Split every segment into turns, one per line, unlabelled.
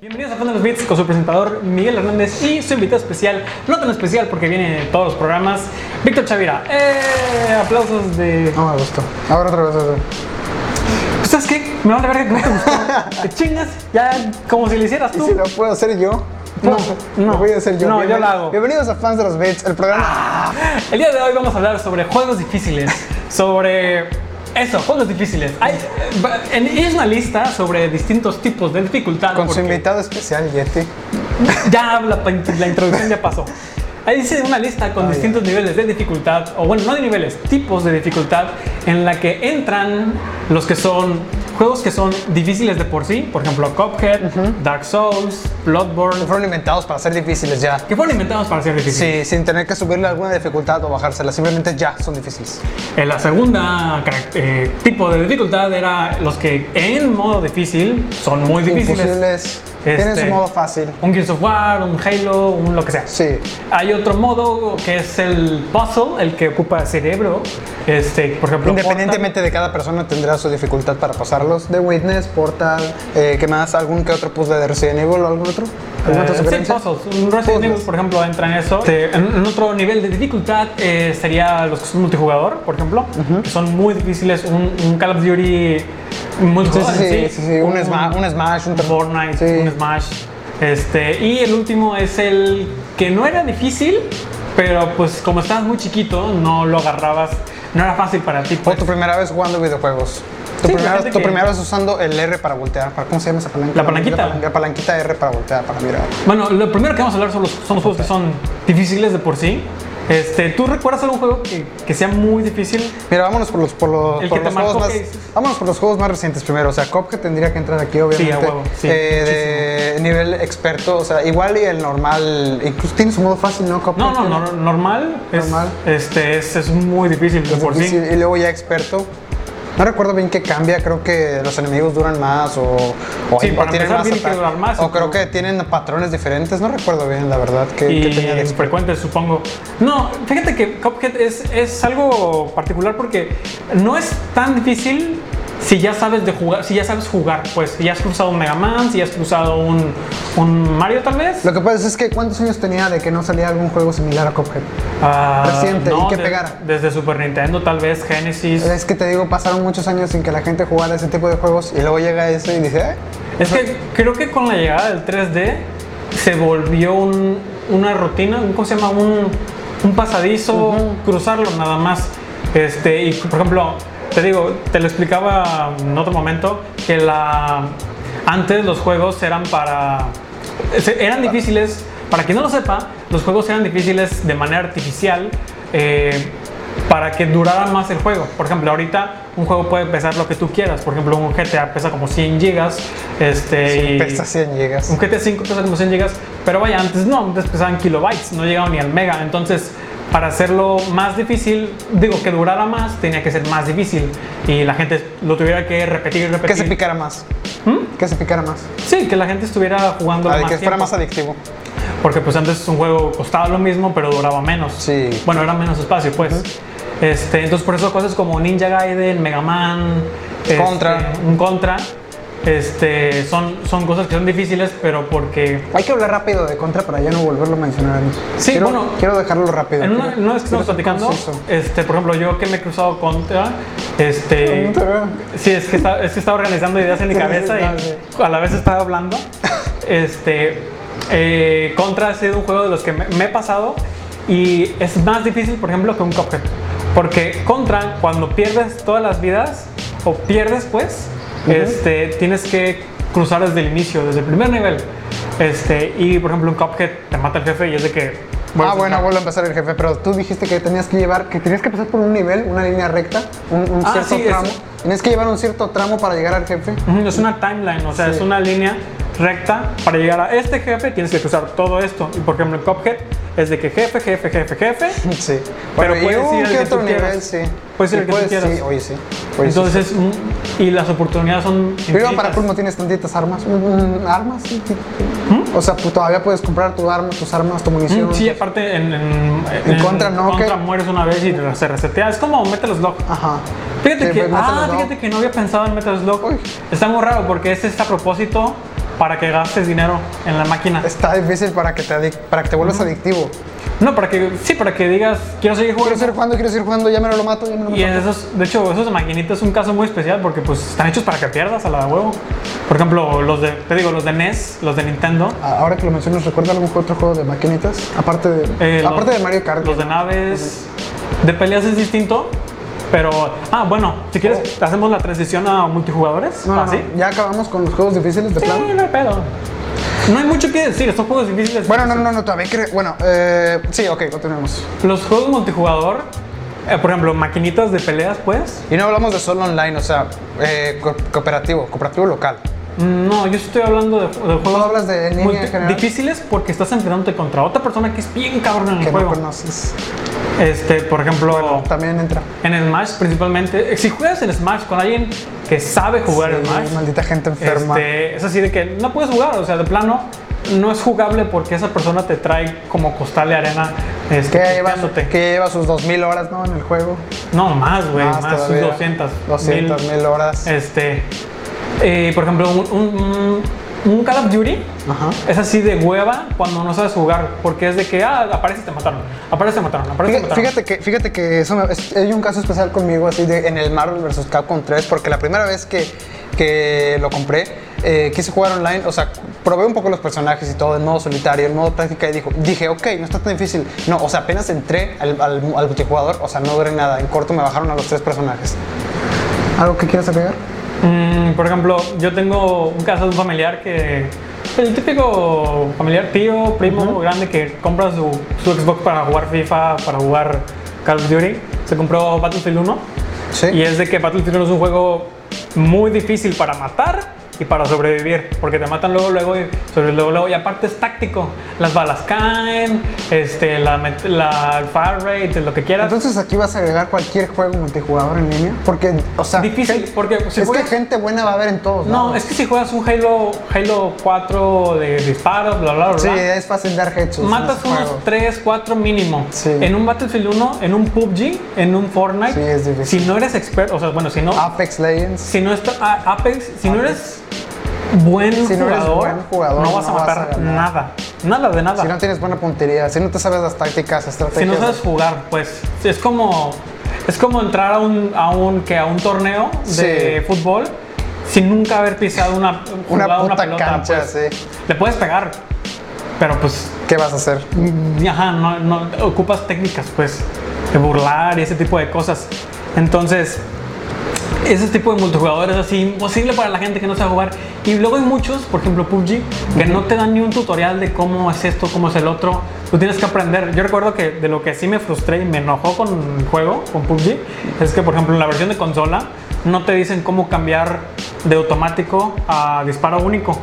Bienvenidos a Fondo de los Beats con su presentador Miguel Hernández y su invitado especial, no tan especial porque viene de todos los programas, Víctor Chavira. Eh, aplausos de.
No me gustó. Ahora otra vez eso.
Pues, ¿Sabes qué? Me van a ver que no te gustó. Te chingas, ya como si lo hicieras
¿Y
tú.
si lo puedo hacer yo?
No, no.
Lo voy a hacer yo.
No, yo
Bienven-
lo hago.
Bienvenidos a Fans de los Beats, el programa.
El día de hoy vamos a hablar sobre juegos difíciles, sobre eso, juegos difíciles. Hay, va- en- es una lista sobre distintos tipos de dificultad.
con su
porque
invitado especial, Yeti.
Ya la, la introducción ya pasó. Ahí dice una lista con
Ah, ya.
distintos niveles de dificultad, o bueno, no de niveles, tipos de dificultad, en la que entran los que son juegos que son difíciles de por sí, por ejemplo, Cuphead, Dark Souls, Bloodborne,
Fueron inventados para ser difíciles ya.
que fueron inventados para ser difíciles.
Sí, sin tener que subirle alguna dificultad o bajársela. Simplemente ya son difíciles.
En Eh, la segunda carac- eh, tipo de dificultad era los que en modo difícil son muy difíciles.
Imposibles. Tienen su
Este-
modo fácil.
Un Gears of War, un Halo, un lo que sea.
Sí.
Hay otro modo que es el puzzle, el que ocupa cerebro. Este, por ejemplo,
Independientemente de cada persona tendrá su dificultad para pasarlos. The Witness, Portal, eh, ¿qué más? ¿Algún que otro puzzle de Resident Evil o algún otro?
Portal,
¿Alguna otra
eh, sí,
sugerencia?
puzzles. Un Resident Evil,
Puzzles.
por ejemplo, entra en eso. Este, en, en otro nivel de dificultad eh, sería los que son multijugador, por ejemplo, que son muy difíciles. Un, un Call of Duty
Sí,
multijugador
sí,
en
sí, sí, sí, Un, Sma- un Smash, un
un Fortnite,
Sí.
un Smash. Este, y el último es el que no era difícil, pero pues como estabas muy chiquito, no lo agarrabas, no era fácil para ti.
O
pues.
tu primera vez jugando videojuegos.
Sí,
Tu, primera,
fíjate
tu
que-
primera vez usando el R para voltear. para- ¿Cómo se llama esa palanca?
La palanquita.
La, la palanquita R para voltear, para mirar.
Bueno, lo primero que vamos a hablar son los, son los juegos que son difíciles de por sí. Este, ¿Tú recuerdas algún juego que, que sea muy difícil?
Mira, vámonos por los, por los,
El
por
que te
los juegos
marcó
más.
que dices.
Vámonos por los juegos más recientes primero. O sea, Cophead tendría que entrar aquí, obviamente.
a huevo, sí,
Eh, de nivel experto. O sea, igual y el normal. Incluso tiene su modo fácil, ¿no? Cuphead
No, no,
tiene-
no normal. es-
Normal.
Este, es, es muy difícil de
es
por
difícil, eh,
sí.
Y luego ya experto. No recuerdo bien qué cambia, creo que los enemigos duran más o, o,
Sí,
o
para empezar tiene que
ataque.
durar más,
O
o-
creo que tienen patrones diferentes, no recuerdo bien la verdad que,
y
tenía de experto.
frecuentes, supongo. No, fíjate que Cuphead es, es algo particular porque no es tan difícil si ya sabes de jugar, si ya sabes jugar, pues si ya has cruzado un Mega Man, si ya has cruzado un, un Mario tal vez.
Lo que pasa es que ¿cuántos años tenía de que no salía algún juego similar a Cuphead?
Ah,
reciente, ¿y qué pegara?
Desde Super Nintendo tal vez, Genesis.
Es que te digo, pasaron muchos años sin que la gente jugara ese tipo de juegos y luego llega ese y dice, "Eh,
Es que creo que con la llegada del 3D se volvió un- una rutina, un- ¿cómo se llama? Un, un pasadizo, cruzarlo nada más. Este, y por ejemplo, te digo, te lo explicaba en otro momento, que la, antes los juegos eran para... se- eran difíciles, para quien no lo sepa, los juegos eran difíciles de manera artificial. eh, para que durara más el juego. Por ejemplo, ahorita un juego puede pesar lo que tú quieras. Por ejemplo, un GTA pesa como 100 gigas. Este, y
pesa 100 gigas.
un GTA 5 pesa como 100 gigas. Pero vaya, antes no, antes pesaban kilobytes, no llegaban ni al mega. Entonces, para hacerlo más difícil, digo que durara más, tenía que ser más difícil. Y la gente lo tuviera que repetir y
Que
repetir.
se picara más,
¿Mm?
que se picara más.
Sí, que la gente estuviera jugando
Ah, de
más
que fuera
tiempo.
más adictivo.
Porque pues antes un juego costaba lo mismo, pero duraba menos.
Sí.
Bueno, era menos espacio, pues. Este, entonces por eso cosas como Ninja Gaiden, Mega Man, este,
Contra.
un Contra, este, son, son cosas que son difíciles, pero porque
Hay que hablar rápido de Contra para ya no volverlo a mencionar.
Sí,
quiero,
bueno.
Quiero dejarlo rápido.
en
quiero-
una, una vez que
quiero
estamos
ser
platicando,
conciso.
este, por ejemplo, yo que me he cruzado Contra, este, Sí, es que, está, es que estaba organizando ideas en mi
Sí,
cabeza
no, sí.
y a la vez estaba hablando. Este, eh, Contra ha sido un juego de los que me, me he pasado y es más difícil, por ejemplo, que un Cuphead. Porque Contra, cuando pierdes todas las vidas, o pierdes pues, este, tienes que cruzar desde el inicio, desde el primer nivel. Este, y por ejemplo, un Cuphead te mata el jefe y es de que...
ah, bueno, vuelvo a empezar el jefe, pero tú dijiste que tenías que llevar, que tenías que pasar por un nivel, una línea recta, un, un
Ah,
cierto
sí, es-
tramo. Tenías que llevar un cierto tramo para llegar al jefe.
Ujú, Es una timeline, o sea,
Sí.
es una línea recta. Para llegar a este jefe tienes que cruzar todo esto. Y por ejemplo, en Cuphead es de que jefe, jefe, jefe, jefe.
Sí.
Pero
Pero
puedes
y
ir
un
al
que
que
otro
tú
nivel,
quieras.
sí.
Puedes ir
Sí,
al que tú quieras.
Sí, oye, sí. Oye, Pues sí, sí.
Entonces, mm, y las oportunidades son.
Pero para
infinitas.
colmo tienes tantitas armas. Mm, mm, ¿Armas? Sí, sí. O sea, pues, todavía puedes comprar tu arma, tus armas, tu munición.
Mm, Sí, aparte en, en,
En Contra, ¿no?
Contra
¿Qué?
mueres una vez y te- se resetea. Es como Metal Slug.
Ajá.
Fíjate
Sí,
que,
pues, mételo,
ah,
¿no?
fíjate que no había pensado en Metal Slug.
Uy.
Está muy raro porque este es a propósito para que gastes dinero en la máquina.
Está difícil para que te, adic- para que te vuelvas adictivo.
No, para que, sí, para que digas, quiero seguir
Quiero
jugando.
seguir jugando, quiero seguir jugando, ya me lo mato, ya me lo mato.
Y esos, de hecho, esos de maquinita es un caso muy especial porque pues están hechos para que pierdas a la de huevo. Por ejemplo, los de, te digo, los de NES, los de Nintendo,
Ah, Ahora que lo mencionas, ¿recuerda algún otro juego de maquinitas? Aparte de,
Eh, los-
aparte de Mario Kart.
los de naves, de peleas es distinto, pero, ah, bueno, si quieres, hacemos la transición a multijugadores,
Oh. No, no,
así.
no, ya acabamos con los juegos difíciles de
¿Ah, Sí,
plan.
no hay pedo. No hay mucho que decir, estos juegos difíciles.
Bueno, no, no, no, todavía creo. Bueno, eh, sí, ok, continuemos.
Los juegos multijugador, eh, por ejemplo, maquinitas de peleas, pues.
Y no hablamos de solo online, o sea, eh, co- cooperativo, cooperativo local.
No, yo estoy hablando de, de juegos.
No hablas de en línea
multi-
en general
difíciles porque estás enfrentándote contra otra persona que es bien cabrón en el
que no
juego.
conoces.
este, por ejemplo,
También entra.
en Smash principalmente. eh, Si juegas en Smash con alguien que sabe jugar
Sí,
en Smash,
maldita gente enferma.
este, es así de que no puedes jugar, o sea, de plano no es jugable porque esa persona te trae como costal de arena. Este,
que, ya lleva,
picándote.
que ya lleva sus 2000 horas, ¿no? En el juego.
No, más, güey, más, sus
todavía.
200.
200 mil horas.
Este, eh, por ejemplo, un, un, un Call of Duty
Ajá.
es así de hueva cuando no sabes jugar, porque es de que, ah, aparece y te mataron, aparece y te mataron, aparece y te
Fíjate,
mataron.
fíjate que, fíjate que eso me- es- hay un caso especial conmigo así de, en el Marvel vs. Capcom 3 porque la primera vez que, que lo compré eh, quise jugar online, o sea, probé un poco los personajes y todo en modo solitario, en modo práctica y dijo, dije, ok, no está tan difícil. No, o sea, apenas entré al, al- al multijugador, o sea, no duré nada, en corto me bajaron a los tres personajes. ¿Algo que quieras agregar?
Mm, por ejemplo, yo tengo un caso de un familiar que. El típico familiar, tío, primo grande que compra su, su Xbox para jugar FIFA, para jugar Call of Duty. Se compró Battlefield 1.
Sí.
Y es de que Battlefield 1 es un juego muy difícil para matar y para sobrevivir, porque te matan luego, luego y sobre luego, luego y aparte es táctico. Las balas caen, este, la, met- la el fire rate, lo que quieras.
Entonces aquí vas a agregar cualquier juego multijugador en línea, porque, o sea,
Difícil,
gen-
porque si
ah, es
juegas-
que gente buena va a haber en todos.
no,
lados.
es que si juegas un Halo, Halo 4 de disparos, bla, bla, bla,
Sí,
bla,
es fácil dar headshots. en
matas
ese juego.
unos 3, 4 mínimo.
Sí.
En un Battlefield 1, en un PUBG, en un Fortnite.
Sí, es difícil. Ah,
Si no eres experto, o sea, bueno, si no,
Apex Legends.
si no está a- Apex, si no eres buen
Si no eres
jugador,
buen jugador,
no vas a
no vas
matar
a ganar.
nada, nada de nada.
Si no tienes buena puntería, si no te sabes las tácticas, estrategias.
si no sabes jugar, pues es como es como entrar a un a un que a un torneo de fútbol sin nunca haber pisado una
una
jugado
puta
pelota,
cancha,
pues.
sí.
Le puedes pegar, pero pues
¿Qué vas a hacer?
mm, ajá, no, no ocupas técnicas, pues de burlar y ese tipo de cosas. Entonces, ese tipo de multijugador es así imposible para la gente que no sabe jugar. Y luego hay muchos, por ejemplo PUBG, que no te dan ni un tutorial de cómo es esto, cómo es el otro. Tú tienes que aprender. Yo recuerdo que de lo que sí me frustré y me enojó con el juego, con PUBG, es que por ejemplo en la versión de consola no te dicen cómo cambiar de automático a disparo único.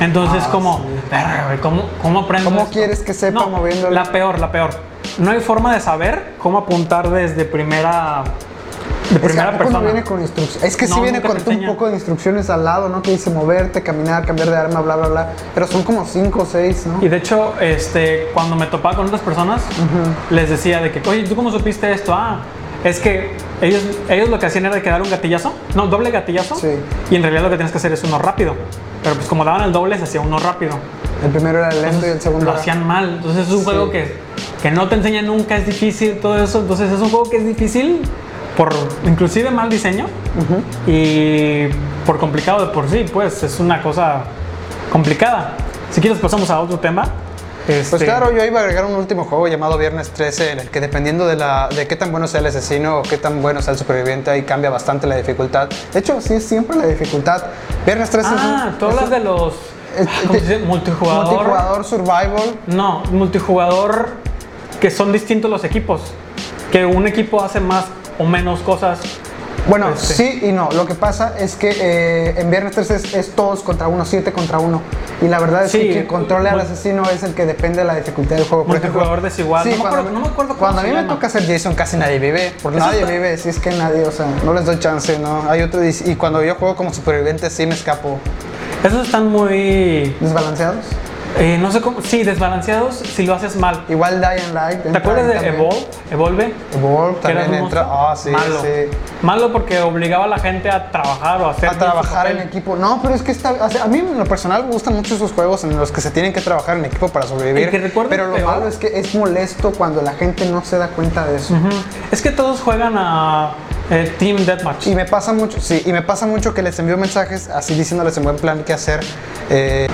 Entonces
Ah,
como,
sí.
"Verga, güey, ¿cómo, cómo aprendo
¿Cómo
esto?"
quieres que sepa
No,
moviéndole?
La peor, la peor. No hay forma de saber cómo apuntar desde primera... De
Es que,
primera
¿a poco no
persona.
viene con instrucciones. Es que sí
No,
viene
nunca
con
te
un
enseña.
poco de instrucciones al lado, ¿no? Que dice moverte, caminar, cambiar de arma, bla, bla, bla. Pero son como 5 o 6, ¿no?
Y de hecho, este, cuando me topaba con otras personas, les decía de que, oye, ¿tú cómo supiste esto? Ah, es que ellos, ellos lo que hacían era que dar un gatillazo, no, doble gatillazo,
Sí.
y en realidad lo que tienes que hacer es uno rápido. Pero pues como daban el doble, se hacía uno rápido.
El primero era el lento y el segundo
Lo
era-
hacían mal. Entonces es un
Sí.
juego que, que no te enseña nunca, es difícil, todo eso. Entonces es un juego que es difícil por inclusive mal diseño
Ujú.
y por complicado de por sí, pues es una cosa complicada. Si quieres pasamos a otro tema.
Pues
Este,
claro, yo iba a agregar un último juego llamado Viernes 13, en el que dependiendo de, la, de qué tan bueno sea el asesino o qué tan bueno sea el superviviente, ahí cambia bastante la dificultad. De hecho, sí es siempre la dificultad. Viernes 13 es
Ah,
un-
tú
es
hablas
un
de los
es-
ah, ¿cómo se dice?
de-
multijugador.
multijugador survival.
No, multijugador que son distintos los equipos. Que un equipo hace más o menos cosas.
Bueno,
Este.
sí y no. Lo que pasa es que eh, en Viernes 13 es, es todos contra uno, siete contra uno. Y la verdad es
Sí,
que quien controle al
mul-
asesino es el que depende de la dificultad del juego. Por ejemplo,
Multijugador desigual.
sí,
No me
cuando-
acuerdo- no me acuerdo cómo
Cuando a
se
mí me
llama.
toca ser Jason, casi nadie vive. Porque
Eso
nadie
está-
vive, si es que nadie, o sea, no les doy chance, ¿no? Hay otro. dis- Y cuando yo juego como superviviente, sí me escapo.
Esos están muy
¿Desbalanceados?
eh, no sé cómo, sí, desbalanceados si lo haces mal.
Igual Dying Light.
¿Te acuerdas de Evolve? Evolve.
Evolve
que era
también
un
entra.
monstruo?
Ah, sí,
Malo.
sí.
Malo porque obligaba a la gente a trabajar o a hacer.
a
bien su
trabajar en
papel.
equipo. No, pero es que está, o sea, a mí en lo personal me gustan mucho esos juegos en los que se tienen que trabajar en equipo para sobrevivir.
El que recuerdo
pero lo
peor-
malo es que es molesto cuando la gente no se da cuenta de eso.
Ujú. Es que todos juegan a eh, Team Deathmatch.
Y me pasa mucho, sí, y me pasa mucho que les envío mensajes así diciéndoles en buen plan qué hacer. Eh,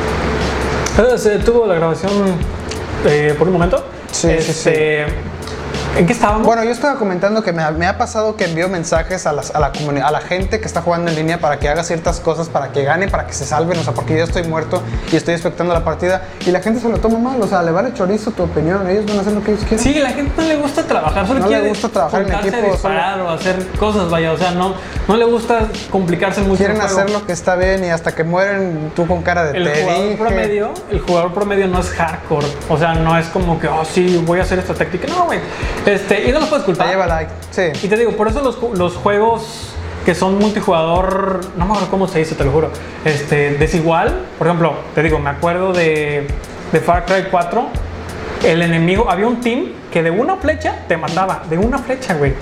Eh, Se detuvo la grabación eh, por un momento.
Sí, sí,
sí. ¿En qué estábamos?
Bueno, yo estaba comentando que me ha, me ha pasado que envío mensajes a, las- a la comuni- a la gente que está jugando en línea para que haga ciertas cosas, para que gane, para que se salven, o sea, porque yo estoy muerto y estoy expectando la partida y la gente se lo toma mal, o sea, le vale chorizo tu opinión, ellos van a hacer lo que ellos quieran.
Sí, la gente no le gusta trabajar, solo
No le
quiere
gusta trabajar en
juntarse a
equipo,
disparar o hacer cosas, vaya, o sea, no, no le gusta complicarse mucho.
Quieren
el juego.
hacer lo que está bien y hasta que mueren tú con cara de
El
te
jugador
dije".
promedio, el jugador promedio no es hardcore, o sea, no es como que, oh sí, voy a hacer esta táctica, no, güey, este, y no los puedes
Te
culpar.
lleva like. Sí.
Y te digo, por eso los, ju- los juegos que son multijugador, no me acuerdo cómo se dice, te lo juro, este, desigual, por ejemplo, te digo, me acuerdo de, de Far Cry 4, el enemigo, había un team que de una flecha te mataba, de una flecha, güey.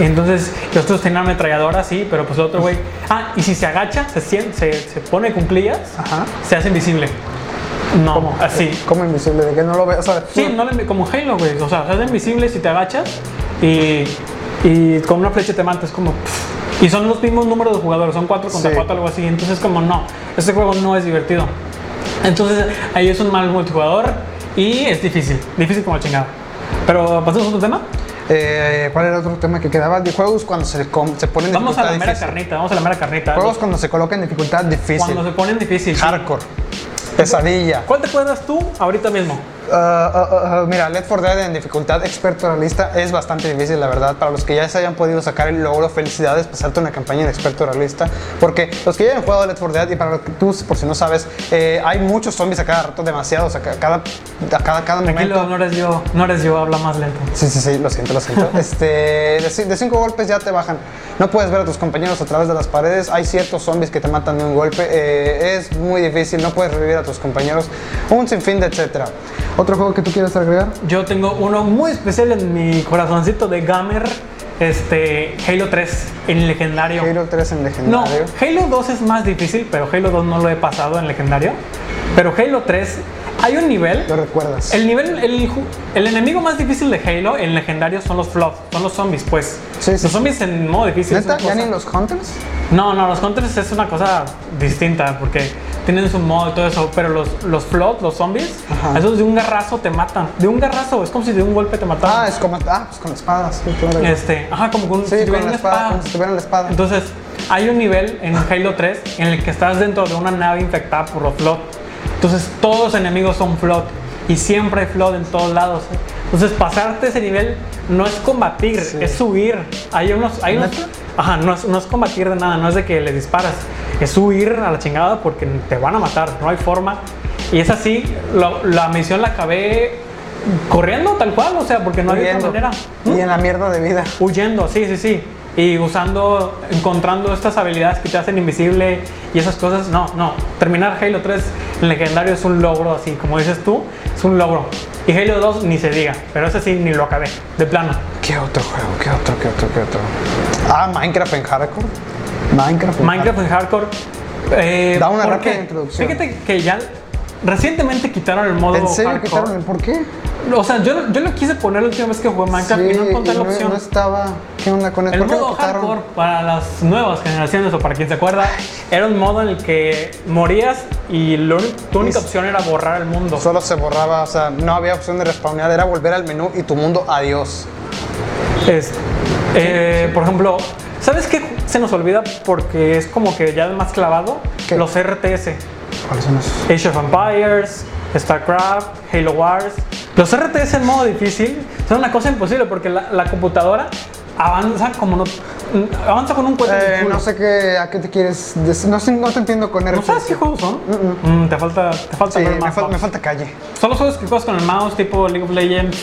Entonces, los otros tenían ametralladora, sí, pero pues el otro, güey. Ah, y si se agacha, se, sien- se, se pone cumplillas,
Ajá.
se hace invisible. No, así.
Como invisible, de que no lo veo. O sea,
Sí, no le- como Halo, güey. O sea, se hace invisible si te agachas y, y con una flecha te matas, como. pff. Y son los mismos números de jugadores, son 4 contra
Sí.
4, algo así. Entonces, como no, este juego no es divertido. Entonces, ahí es un mal multijugador y es difícil, difícil como chingado. Pero pasemos a otro tema.
eh, ¿Cuál era el otro tema que quedaba? De juegos cuando se, com- se ponen en
Vamos a
dificultad
la mera
difícil.
carnita, vamos a la mera carnita.
Juegos cuando se coloca en dificultad difícil.
Cuando se ponen difícil.
Hardcore. Pesadilla.
¿Cuál te acuerdas tú ahorita mismo?
Ah, ah, ah, mira, Left 4 Dead en dificultad experto realista es bastante difícil, la verdad. Para los que ya se hayan podido sacar el logro, felicidades, pasarte una campaña en experto realista. Porque los que ya hayan jugado Left 4 Dead, y para los que tú, por si no sabes, eh, hay muchos zombies a cada rato, demasiados, a ca- cada, a cada, cada momento.
Tranquilo, no eres yo, no eres yo, habla más lento.
Sí, sí, sí, lo siento, lo siento. Este, de, ci- de cinco golpes ya te bajan. No puedes ver a tus compañeros a través de las paredes. Hay ciertos zombies que te matan de un golpe. Eh, es muy difícil, no puedes revivir a tus compañeros. Un sinfín de etcétera. ¿Otro juego que tú quieras agregar?
Yo tengo uno muy especial en mi corazoncito de gamer, este Halo 3 en legendario.
Halo 3 en
no,
legendario.
Halo 2 es más difícil, pero Halo 2 no lo he pasado en legendario. Pero Halo 3 hay un nivel,
¿Lo recuerdas?
el nivel el, ju- el enemigo más difícil de Halo en legendario son los flops, son los zombies, pues.
Sí, sí,
los zombies en modo difícil es
¿Neta?
una
¿Ya
cosa.
ni los Hunters?
No, no, los counters es una cosa distinta porque tienen su modo y todo eso, pero los, los flops, los zombies,
Ajá.
esos de un garrazo te matan. De un garrazo, es como si de un golpe te mataran.
Ah, es como. Ah, pues con espadas. Sí, claro.
Este, ajá, como con,
Sí,
si
con
tuviera
la
una
espada,
espada.
como si tuvieran la espada.
Entonces, hay un nivel en Halo 3 en el que estás dentro de una nave infectada por los Flood. Entonces, todos los enemigos son Flood y siempre hay Flood en todos lados. Entonces, pasarte ese nivel no es combatir,
Sí.
es huir. Hay unos, hay unos-
¿Neta?
ajá, no es, no es combatir de nada, no es de que le disparas, es huir a la chingada porque te van a matar, no hay forma. Y es así, lo- la misión la acabé corriendo tal cual, o sea, porque no había otra
Huyendo.
manera.
Y en la mierda de vida.
Huyendo, sí, sí, sí. Y usando, encontrando estas habilidades que te hacen invisible y esas cosas. No, no. Terminar Halo 3 en legendario es un logro, así como dices tú, es un logro. Y Halo 2 ni se diga, pero ese sí ni lo acabé, de plano.
¿Qué otro juego? ¿Qué otro? ¿Qué otro? ¿Qué otro? Ah, Minecraft en hardcore. Minecraft en
Minecraft en hardcore. eh,
Da una
¿por
rápida
qué?
introducción.
Fíjate que ya recientemente quitaron el modo
¿En serio
hardcore.
quitaron el por qué?
O sea, yo, yo lo quise poner la última vez que jugué Minecraft y no encontré
y
la opción.
no estaba. ¿Qué onda con eso?
El
¿Por qué
modo
lo quitaron?
hardcore para las nuevas generaciones o para quien se acuerda era un modo en el que morías y lo uni- tu única
Es-
opción era borrar el mundo.
Solo se borraba, o sea, no había opción de respawnear, era volver al menú y tu mundo adiós.
Es- eh, Por ejemplo, ¿sabes qué se nos olvida porque es como que ya es más clavado?
¿Qué?
Los RTS.
¿Cuáles son esos?
Age of Empires, StarCraft, Halo Wars. Los RTS en modo difícil son una cosa imposible porque la, la computadora avanza como no... Avanza con un cuento
Eh, no sé qué, a qué te quieres decir, no, sé, no te entiendo con
¿No
RPG.
sabes qué juegos son? Mm, te falta, te falta
Sí,
ver
me,
más.
fal-
¿no?
me falta calle.
Son los juegos que juegas con el mouse, tipo League of Legends,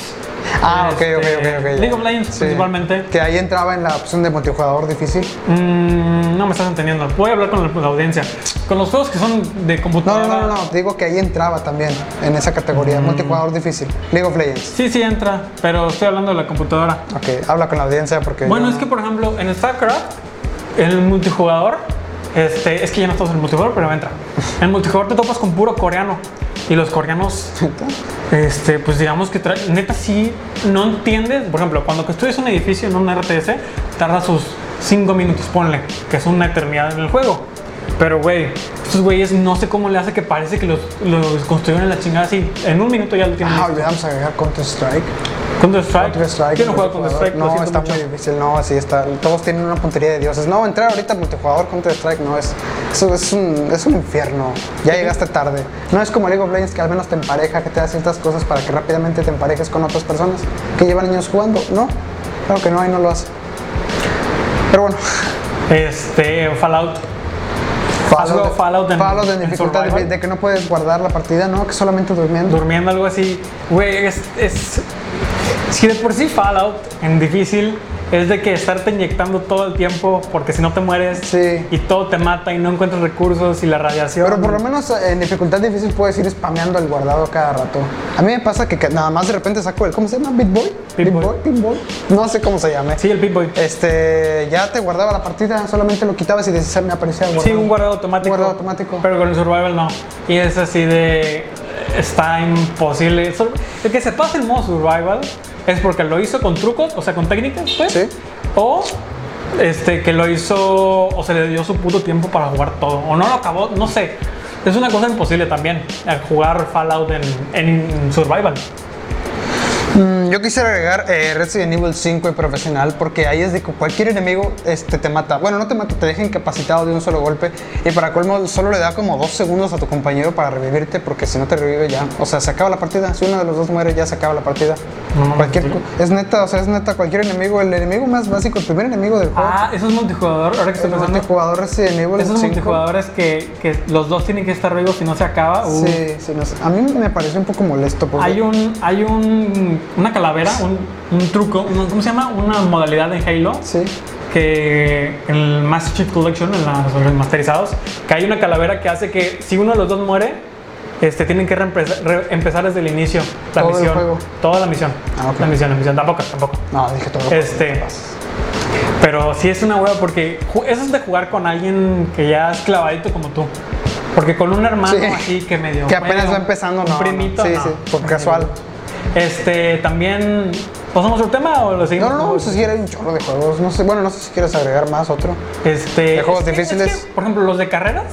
Ah,
Este,
ok, ok, ok, ok.
League of Legends, principalmente.
Que ahí entraba en la opción de multijugador difícil.
Mm, no me estás entendiendo. Voy a hablar con la, la audiencia. Con los juegos que son de
No,
computadora.
no, no, no, no, digo que ahí entraba también en esa categoría, multijugador difícil, League of Legends.
Sí, sí entra, pero estoy hablando de la computadora.
Ok, habla con la audiencia porque...
Bueno,
yo-
es que por ejemplo en StarCraft, el multijugador, este, es que ya no estamos en el multijugador, pero entra. En el multijugador te topas con puro coreano. Y los coreanos, este, pues digamos que tra- neta sí no entiendes. Por ejemplo, cuando construyes un edificio en un RTS, tarda sus 5 minutos, ponle, que es una eternidad en el juego. Pero güey, estos güeyes no sé cómo le hace que parece que los, los construyeron en la chingada así. En un minuto ya lo tienen.
Ah, olvidamos agregar Counter Strike.
Counter Strike.
Counter Strike.
¿Quién no juega Counter
multijugador.
Strike? Lo
No,
siento
está
mucho.
muy difícil. No, sí está. Todos tienen una puntería de dioses. No, entrar ahorita al multijugador Counter Strike no es. Eso es un, es un infierno. Ya llegaste tarde. No es como League of Legends que al menos te empareja, que te da ciertas cosas para que rápidamente te emparejes con otras personas que llevan años jugando. No, claro que no, ahí no lo hace. Pero bueno,
Este, Fallout. Has jugado Fallout en-
Fallout en
en
dificultad de,
Survival.
de que no puedes guardar la partida, no, que solamente durmiendo.
Durmiendo algo así. Güey, es, es. Si de por sí Fallout en difícil es de que estarte inyectando todo el tiempo porque si no te mueres
Sí.
y todo te mata y no encuentras recursos y la radiación.
Pero por lo menos eh, en dificultad difícil puedes ir spameando el guardado cada rato. A mí me pasa que ca- nada más de repente saco el. ¿Cómo se llama? ¿Bitboy?
Pip Boy.
¿Bitboy? No sé cómo se llame.
Sí, el Pip-Boy.
Este, ya te guardaba la partida, solamente lo quitabas y decías, me aparecía guardado.
Sí, un guardado automático.
Guardado automático.
Pero con el Survival no. Y es así de. Está imposible. Sor- El que se pasa el modo Survival es porque lo hizo con trucos, o sea, con técnicas, pues.
Sí.
O. Este, que lo hizo. O se le dio su puto tiempo para jugar todo. O no lo acabó, no sé. Es una cosa imposible también. eh, Jugar Fallout en, en Survival.
Mm, yo quisiera agregar eh, Resident Evil 5 y profesional porque ahí es de que cualquier enemigo este, te mata. Bueno, no te mata, te deja incapacitado de un solo golpe y para colmo solo le da como dos segundos a tu compañero para revivirte porque si no te revive ya, o sea, se acaba la partida. Si uno de los dos muere ya se acaba la partida.
No mames,
cualquier,
¿en
cu- es neta, o sea, es neta cualquier enemigo, el enemigo más básico, el primer enemigo del juego.
Ah, eso es multijugador. Ahora que estoy
el
pensando.
multijugador Resident Evil
Esos
5.
multijugadores que, que los dos tienen que estar vivos si no se acaba. uh.
Sí, sí, no sé. A mí me pareció un poco molesto porque
Hay un, hay un, una calavera, un, un truco, un- ¿cómo se llama? Una modalidad en Halo
sí.
que en el Master Chief Collection, en las- los remasterizados, que hay una calavera que hace que si uno de los dos muere, este, tienen que reempeza- re- empezar desde el inicio la
Todo el
misión,
juego.
toda la misión,
Ah, ok.
la misión, la misión, tampoco, tampoco.
No, dije todo.
Este, pero sí es una hueva porque ju- eso es de jugar con alguien que ya es clavadito como tú. Porque con un hermano
Sí.
así que medio.
Que apenas
medio,
va empezando,
un
no, no.
primito.
Sí,
no.
sí, por casual.
Este, también. ¿Pasamos al tema o lo
No,
seguimos?
no, no, no sé si era un chorro de juegos. No sé, bueno, no sé si quieres agregar más otro.
Este,
¿De juegos
es que-
difíciles?
es que, por ejemplo, los de carreras,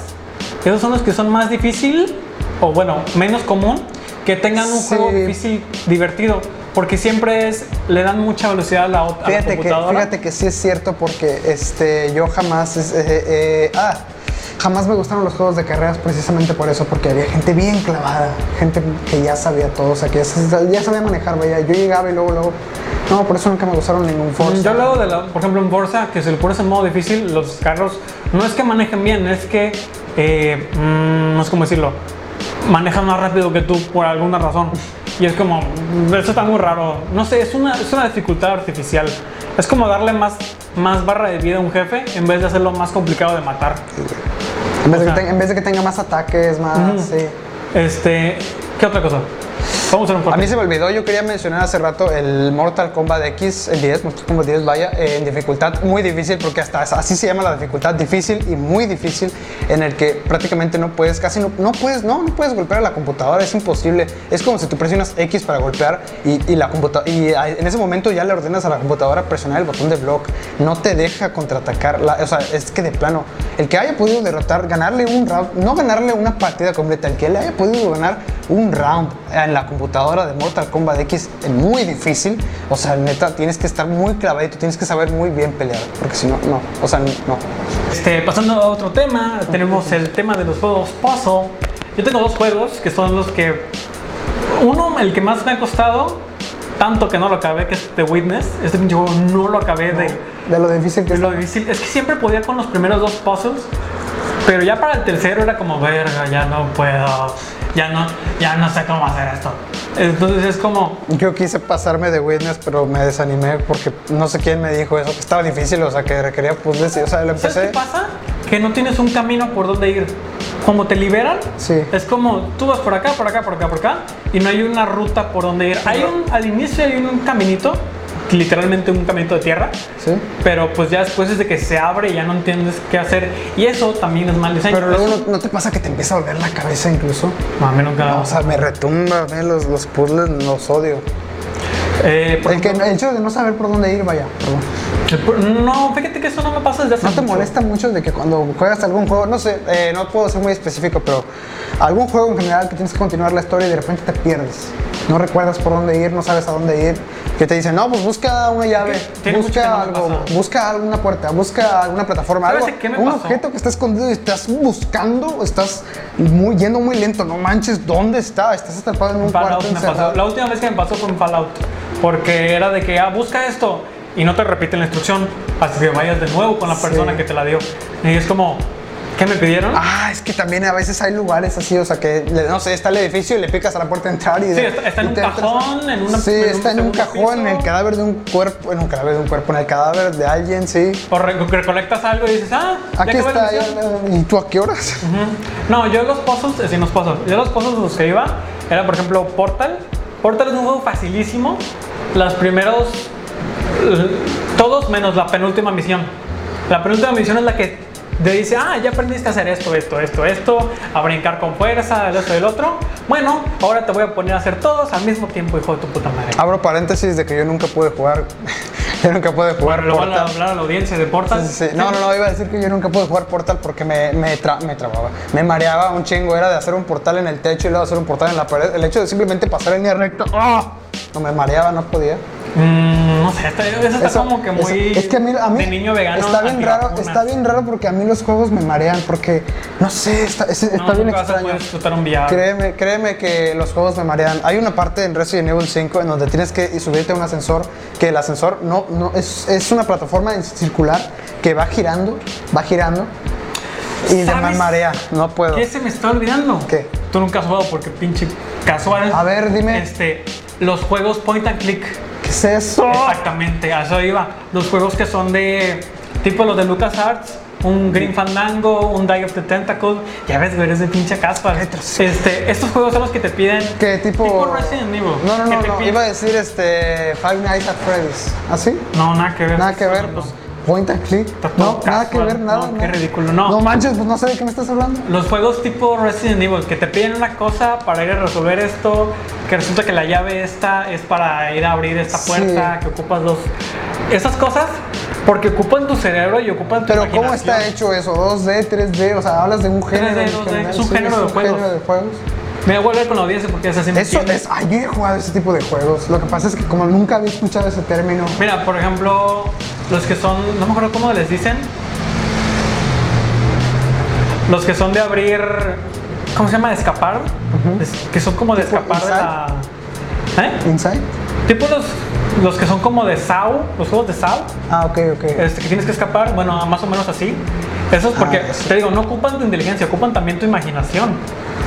esos son los que son más difícil o bueno, menos común que tengan un
Sí.
juego difícil divertido, porque siempre es le dan mucha velocidad a la, ot- a la
Fíjate que,
computadora.
fíjate que sí es cierto porque este, yo jamás. es- eh, eh, ah, jamás me gustaron los juegos de carreras precisamente por eso, porque había gente bien clavada, gente que ya sabía todo, o sea, que ya, se- ya sabía manejar, vaya. Yo llegaba y luego, luego. No, por eso nunca me gustaron ningún Forza.
Mm, Yo luego de la, por ejemplo, en Borsa, que si lo pones en modo difícil, los carros no es que manejen bien, es que, eh, mm, no es como decirlo, manejan más rápido que tú por alguna razón. Y es como, mm, eso está muy raro. No sé, es una, es una dificultad artificial. Es como darle más, más barra de vida a un jefe en vez de hacerlo más complicado de matar.
En vez, de
o sea-
que tenga, en vez de que tenga más ataques, más. sí.
Este, ¿qué otra cosa? Vamos a hacer un
A
corte.
mí se me olvidó, yo quería mencionar hace rato el Mortal Kombat X, el 10, Mortal Kombat 10, vaya, eh, en dificultad muy difícil, porque hasta es- así se llama la dificultad difícil y muy difícil, en el que prácticamente no puedes, casi no, no puedes, no, no puedes golpear a la computadora, es imposible. Es como si tú presionas X para golpear y, y la computa- y a- en ese momento ya le ordenas a la computadora presionar el botón de block, no te deja contraatacar, la- o sea, es que de plano, el que haya podido derrotar, ganarle un round, no ganarle una partida completa, el que le haya podido ganar un round en la computadora de Mortal Kombat X es muy difícil. O sea, neta, tienes que estar muy clavadito, tienes que saber muy bien pelear. Porque si no, no. O sea, no.
Este, pasando a otro tema, tenemos el tema de los juegos puzzle. Yo tengo dos juegos que son los que. Uno, el que más me ha costado, tanto que no lo acabé, que es The Witness. Este pinche juego no lo acabé de.
De lo difícil que
Pero lo
es.
difícil es que siempre podía con los primeros dos puzzles, pero ya para el tercero era como, verga, ya no puedo, ya no, ya no sé cómo hacer esto. Entonces es como,
Yo quise pasarme de Witness, pero me desanimé porque no sé quién me dijo eso, que estaba difícil, o sea, que requería puzzles, y, o sea, lo
¿sabes
empecé.
qué pasa? Que no tienes un camino por donde ir. Como te liberan,
Sí.
es como tú vas por acá, por acá, por acá, por acá, y no hay una ruta por donde ir. Hay un, al inicio hay un caminito, literalmente un caminito de tierra,
Sí.
pero pues ya después es de que se abre y ya no entiendes qué hacer. Y eso también es mal diseño.
Pero luego
Eso-
no, no te pasa que te empieza a doler la cabeza incluso.
No, a mí nunca.
No, o sea, me retumba, ¿eh? los, los puzzles los odio.
Eh, por-
El, que, el hecho de no saber por dónde ir, vaya. perdón.
No, fíjate que eso no me pasa desde hace
¿No te
mucho.
molesta mucho de que cuando juegas algún juego, no sé, eh, no puedo ser muy específico, pero algún juego en general que tienes que continuar la historia y de repente te pierdes? No recuerdas por dónde ir, no sabes a dónde ir. Que te dicen, no, pues busca una llave,
Tiene mucho que
busca
no me
algo,
pasa.
busca alguna puerta, busca alguna plataforma,
¿Sabes
algo,
de qué me
un
pasó?
objeto que está escondido y estás buscando, estás muy, yendo muy lento, no manches, ¿dónde está? Estás atrapado en un
Fallout
cuarto
me pasó. La
encerrado.
última vez que me pasó fue en Fallout. Porque era de que, ah, busca esto. Y no te repiten la instrucción hasta que vayas de nuevo con la persona
Sí.
que te la dio. Y es como, ¿qué me pidieron?
Ah, es que también a veces hay lugares así, o sea, que le- no sé, está el edificio y le picas a la puerta de entrar y
Sí,
de-
está, está
y
en un
te entras.
cajón, en una
sí,
en un
está en un
segundo
cajón, en el
piso.
cadáver de un cuerpo, en un cadáver de un cuerpo, en el cadáver de alguien, sí.
O re- recolectas algo y dices, ah, ya
Aquí
acabé la
está,
misión.
ya- ¿y tú a qué horas?
Ujú. No, yo los puzzles, eh, sí, los puzzles. Yo los puzzles los que iba era, por ejemplo, Portal. Portal es un juego facilísimo. Los primeros, eh, todos menos la penúltima misión. La penúltima misión es la que te dice, ah, ya aprendiste a hacer esto, esto, esto, esto, a brincar con fuerza, el esto y el otro. Bueno, ahora te voy a poner a hacer todos al mismo tiempo, hijo de tu puta madre.
Abro paréntesis de que yo nunca pude jugar, yo nunca pude jugar
Pero van a
Portal.
hablar a la audiencia de Portal.
Sí, sí, sí. No, no, no, iba a decir que yo nunca pude jugar Portal porque me, me, tra- me trababa, me mareaba un chingo, era de hacer un portal en el techo y luego hacer un portal en la pared, el hecho de simplemente pasar en línea recta, ¡ah! no me mareaba, no podía.
Mm, no sé, está- eso está
Eso-
como que
eso-
muy
es que a mí, a mí
de niño vegano.
está bien raro
antivacuna.
está bien raro porque a mí los juegos me marean porque no sé está, es- está
No,
bien
nunca vas a
extraño
poder disfrutar un VR.
Créeme, créeme que los juegos me marean. Hay una parte en Resident Evil 5 en donde tienes que subirte a un ascensor, que el ascensor no, no es, es una plataforma en circular que va girando, va girando y de
¿Sabes?
mal marea. No puedo.
¿Qué se me está olvidando?
¿Qué?
Tú nunca has jugado porque pinche casual.
A ver, dime.
Este, los juegos point and click.
¿Qué es eso?
Exactamente, a eso iba. Los juegos que son de tipo los de LucasArts, un Green Fandango, un Die of the Tentacle. Ya ves, güey, eres de pinche caspa.
Retros.
Este, estos juegos son los que te piden.
¿Qué tipo?
Resident Evil.
No, no,
que
no,
te
no.
piden-
Iba a decir este Five Nights at Freddy's. ¿Ah, ¿Así?
No, nada que ver.
Nada que ver, pues, point and click.
Está todo
No, nada que
casual.
ver, nada.
No, qué ridículo, no.
No manches, pues no sé de qué me estás hablando.
Los juegos tipo Resident Evil, que te piden una cosa para ir a resolver esto, que resulta que la llave esta es para ir a abrir esta
Sí.
puerta, que ocupas dos... Esas cosas, porque ocupan tu cerebro y ocupan tu
Pero ¿cómo
imaginación.
está hecho eso? 2D, 3D, o sea, hablas de un género.
3D,
en
2D,
general,
es un género de juegos.
género de juegos.
Me voy a volver con la audiencia porque es así. me
Eso
entiende.
es, ay, yo he jugado ese tipo de juegos. Lo que pasa es que como nunca había escuchado ese término,
Mira, por ejemplo, los que son, no me acuerdo cómo les dicen, los que son de abrir, ¿cómo se llama? De escapar, Es- que son como de
Tipo
escapar de la... ¿Eh?
Inside.
Tipo los, los que son como de SAO, los juegos de SAO,
Ah, ok, ok.
este, que tienes que escapar, bueno, más o menos así. Eso es porque,
Ah, sí.
te digo, no ocupan tu inteligencia, ocupan también tu imaginación.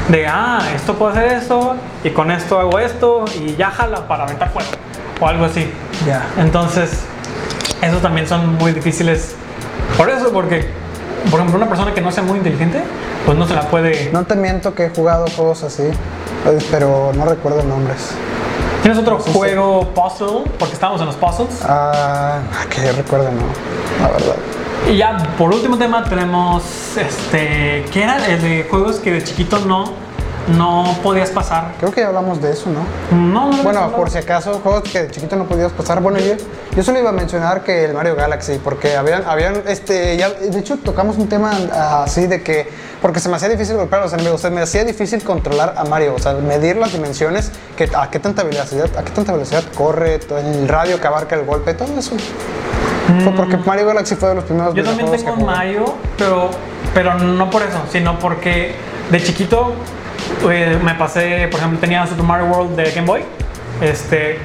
De, ah, esto puedo hacer esto, y con esto hago esto, y ya jala para aventar fuego, o algo así.
Ya.
Entonces, esos también son muy difíciles. Por eso, porque, por ejemplo, una persona que no sea muy inteligente, pues no se la puede...
No te miento que he jugado juegos así, pues, pero no recuerdo nombres.
¿Tienes otro
Sí, sí.
juego puzzle? Porque estábamos en los puzzles.
Ah, que recuerdo, no. La verdad.
Y ya por último tema tenemos este que era el de juegos que de chiquito no no podías pasar.
Creo que ya hablamos de eso, ¿no?
No, no,
Bueno,
no.
por si acaso, juegos que de chiquito no podías pasar. Bueno, yo, yo solo iba a mencionar que el Mario Galaxy, porque habían, habían, este, ya, de hecho tocamos un tema ah, así de que, porque se me hacía difícil golpear a los enemigos, se me hacía difícil controlar a Mario, o sea, medir las dimensiones, que, a qué tanta velocidad, a qué tanta velocidad corre, todo el radio que abarca el golpe, todo eso. Fue porque Mario Galaxy fue de los primeros
Mm. Yo también
videojuegos
tengo
que
un
jugué.
Mario, pero pero no por eso, sino porque de chiquito eh, me pasé, por ejemplo, tenía Super Mario World de Game Boy, este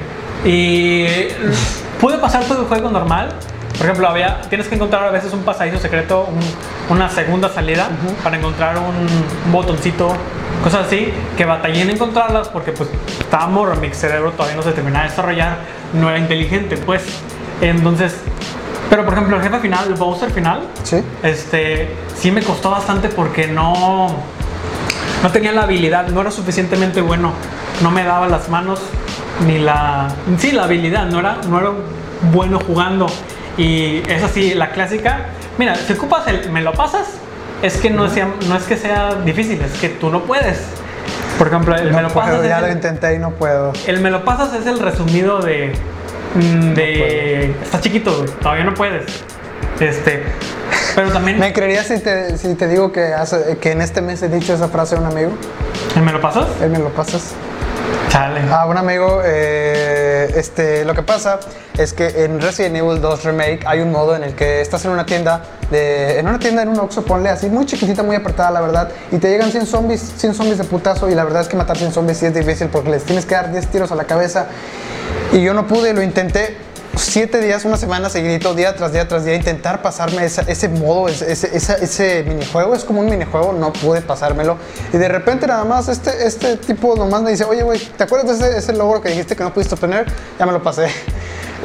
y pude pasar todo el juego normal. Por Por ejemplo, había, tienes que encontrar a veces un pasadizo secreto, un- una segunda salida para encontrar un, un botoncito, cosas así, que batallé en encontrarlas porque pues estaba morro, mi cerebro todavía no se terminaba de desarrollar, no era inteligente, pues. Entonces, pero por ejemplo, el jefe final, el Bowser final,
Sí.
este, sí me costó bastante porque no, no tenía la habilidad, no era suficientemente bueno, no me daba las manos ni la, sí, la habilidad, no era, no era bueno jugando y es así, la clásica, mira, si ocupas el, me lo pasas, es que no, sea, no es que sea difícil, es que tú no puedes. Por ejemplo, el
No
me lo
puedo,
pasas, es
ya lo
el-
intenté y no puedo.
el me lo pasas es el resumido de. mm, de. Estás chiquito, güey. Todavía no puedes. Este. Pero también.
¿Me creerías si te, si te digo que, hace- que en este mes he dicho esa frase a un amigo?
¿El me lo pasas?
Él me lo pasas. Ah,
Chale.
A un amigo, eh, este, lo que pasa es que en Resident Evil 2 Remake hay un modo en el que estás en una tienda, de, en una tienda en un Oxxo, ponle así, muy chiquitita, muy apretada, la verdad, y te llegan 100 zombies, 100 zombies de putazo, y la verdad es que matar 100 zombies sí es difícil porque les tienes que dar 10 tiros a la cabeza, y yo no pude, lo intenté siete días, una semana seguidito, día tras día tras día, intentar pasarme esa- ese modo, ese, ese- esa- ese minijuego. Es como un minijuego, no pude pasármelo. Y de repente nada más este, este tipo nomás me dice, oye, güey, ¿te acuerdas de ese, ese logro que dijiste que no pudiste obtener? Ya me lo pasé.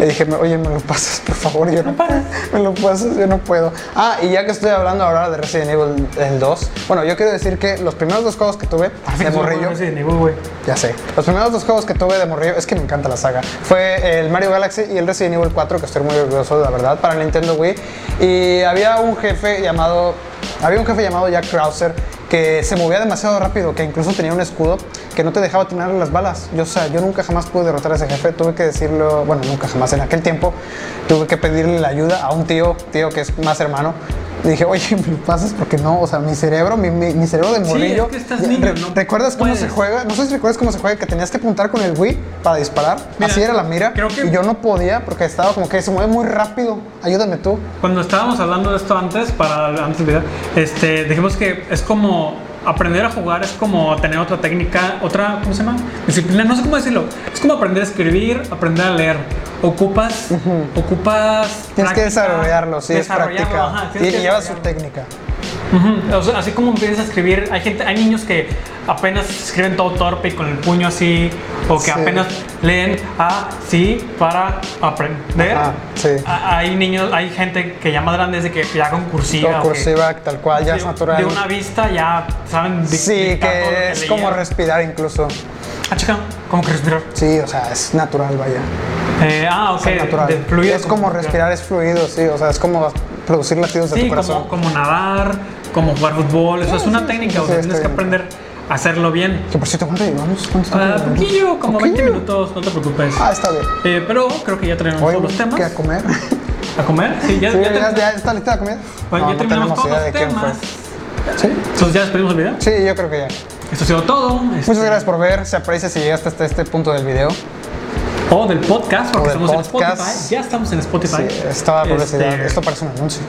Le dije, "Me- oye, me lo pasas, por favor, yo no puedo. Me lo pasas, yo no puedo. Ah, y ya que estoy hablando ahora de Resident Evil el 2, bueno, yo quiero decir que los primeros dos juegos que tuve
Así
de
que soy
morrillo...
bueno, Resident Evil, güey.
Ya sé. Los primeros dos juegos que tuve de morrillo, es que me encanta la saga, fue el Mario Galaxy y el Resident Evil 4, que estoy muy orgulloso, la verdad, para Nintendo Wii. Y había un jefe llamado, había un jefe llamado Jack Krauser que se movía demasiado rápido, que incluso tenía un escudo que no te dejaba tirarle las balas. Yo, o sea, yo nunca jamás pude derrotar a ese jefe, tuve que decirlo, bueno, nunca jamás en aquel tiempo, tuve que pedirle la ayuda a un tío, tío que es más hermano. Y dije, oye, ¿me lo pasas? Porque no, o sea, mi cerebro, mi, mi- mi cerebro de
es
morrillo.
que estás niño, no
¿Recuerdas cómo se
puedes.
juega? juega- no sé si recuerdas cómo se juega, que tenías que apuntar con el Wii para disparar.
Mira,
Así era la mira.
creo que-
Y yo no podía porque estaba como que se mueve muy rápido. Ayúdame tú.
Cuando estábamos hablando de esto antes, para antes del video, este, dijimos que es como aprender a jugar, es como tener otra técnica, otra, ¿cómo se llama? Disciplina, no sé cómo decirlo. Es como aprender a escribir, aprender a leer. Ocupas, ocupas.
Tienes que
práctica,
desarrollarlo, sí, es
desarrollarlo,
práctica.
ajá,
y
tienes que
lleva su
desarrollarlo.
técnica.
Ujú, o sea, así como empiezas a escribir, hay gente, hay niños que apenas escriben todo torpe y con el puño así, o que
Sí.
apenas leen así para aprender.
Ajá, Ah, sí.
A- Hay niños, hay gente que ya más grande es de que ya con cursiva,
O
o que
cursiva, tal cual, pues ya
de,
es natural.
de una vista ya saben. dic-
Sí,
dictar todo lo
que es como
leían.
respirar incluso.
Ah, chica, como que respirar.
Sí, o sea, es natural, vaya.
Eh, ah, ok.
Es natural.
de fluido,
es como respirar, es fluido, sí. O sea, es como producir latidos de
Sí,
tu corazón.
como, como nadar, como jugar fútbol. Eso es una técnica,
sí,
o sea,
sí,
tienes
estoy
que
bien.
aprender a hacerlo bien.
Que por cierto, ¿cuánto llevamos? ¿Cuánto
Ah,
tiempo llevamos?
poquillo, como 20
Poquillo.
minutos, no te preocupes.
Ah, está bien.
Eh, pero creo que ya tenemos
Hoy
todos los temas.
¿qué a comer?
¿A comer? Sí, ya,
Sí,
ya
ya,
terminamos-
ya está lista la comida.
bueno, ya terminamos todos los temas.
Sí,
Entonces ya despedimos el video.
sí, yo creo que ya.
Esto ha sido todo. Este,
Muchas gracias por ver. Se aprecia si llegaste hasta este punto del video.
O del podcast, porque
O del
estamos en
podcast.
Spotify. Ya estamos en Spotify.
Sí, estaba publicidad.
Este,
Esto parece un anuncio.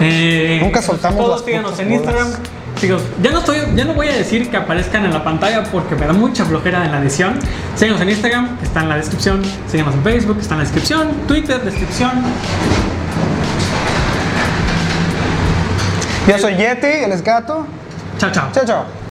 eh,
Nunca
eso es
soltamos
todo.
las
síganos
putas
en Instagram.
bolas.
Síganos. Ya no, estoy, ya no voy a decir que aparezcan en la pantalla porque me da mucha flojera en la edición. Síganos en Instagram, que está en la descripción. Síganos en Facebook, que está en la descripción. Twitter, descripción.
Yo soy Yeti, el escato.
Chao, chao.
Chao, chao.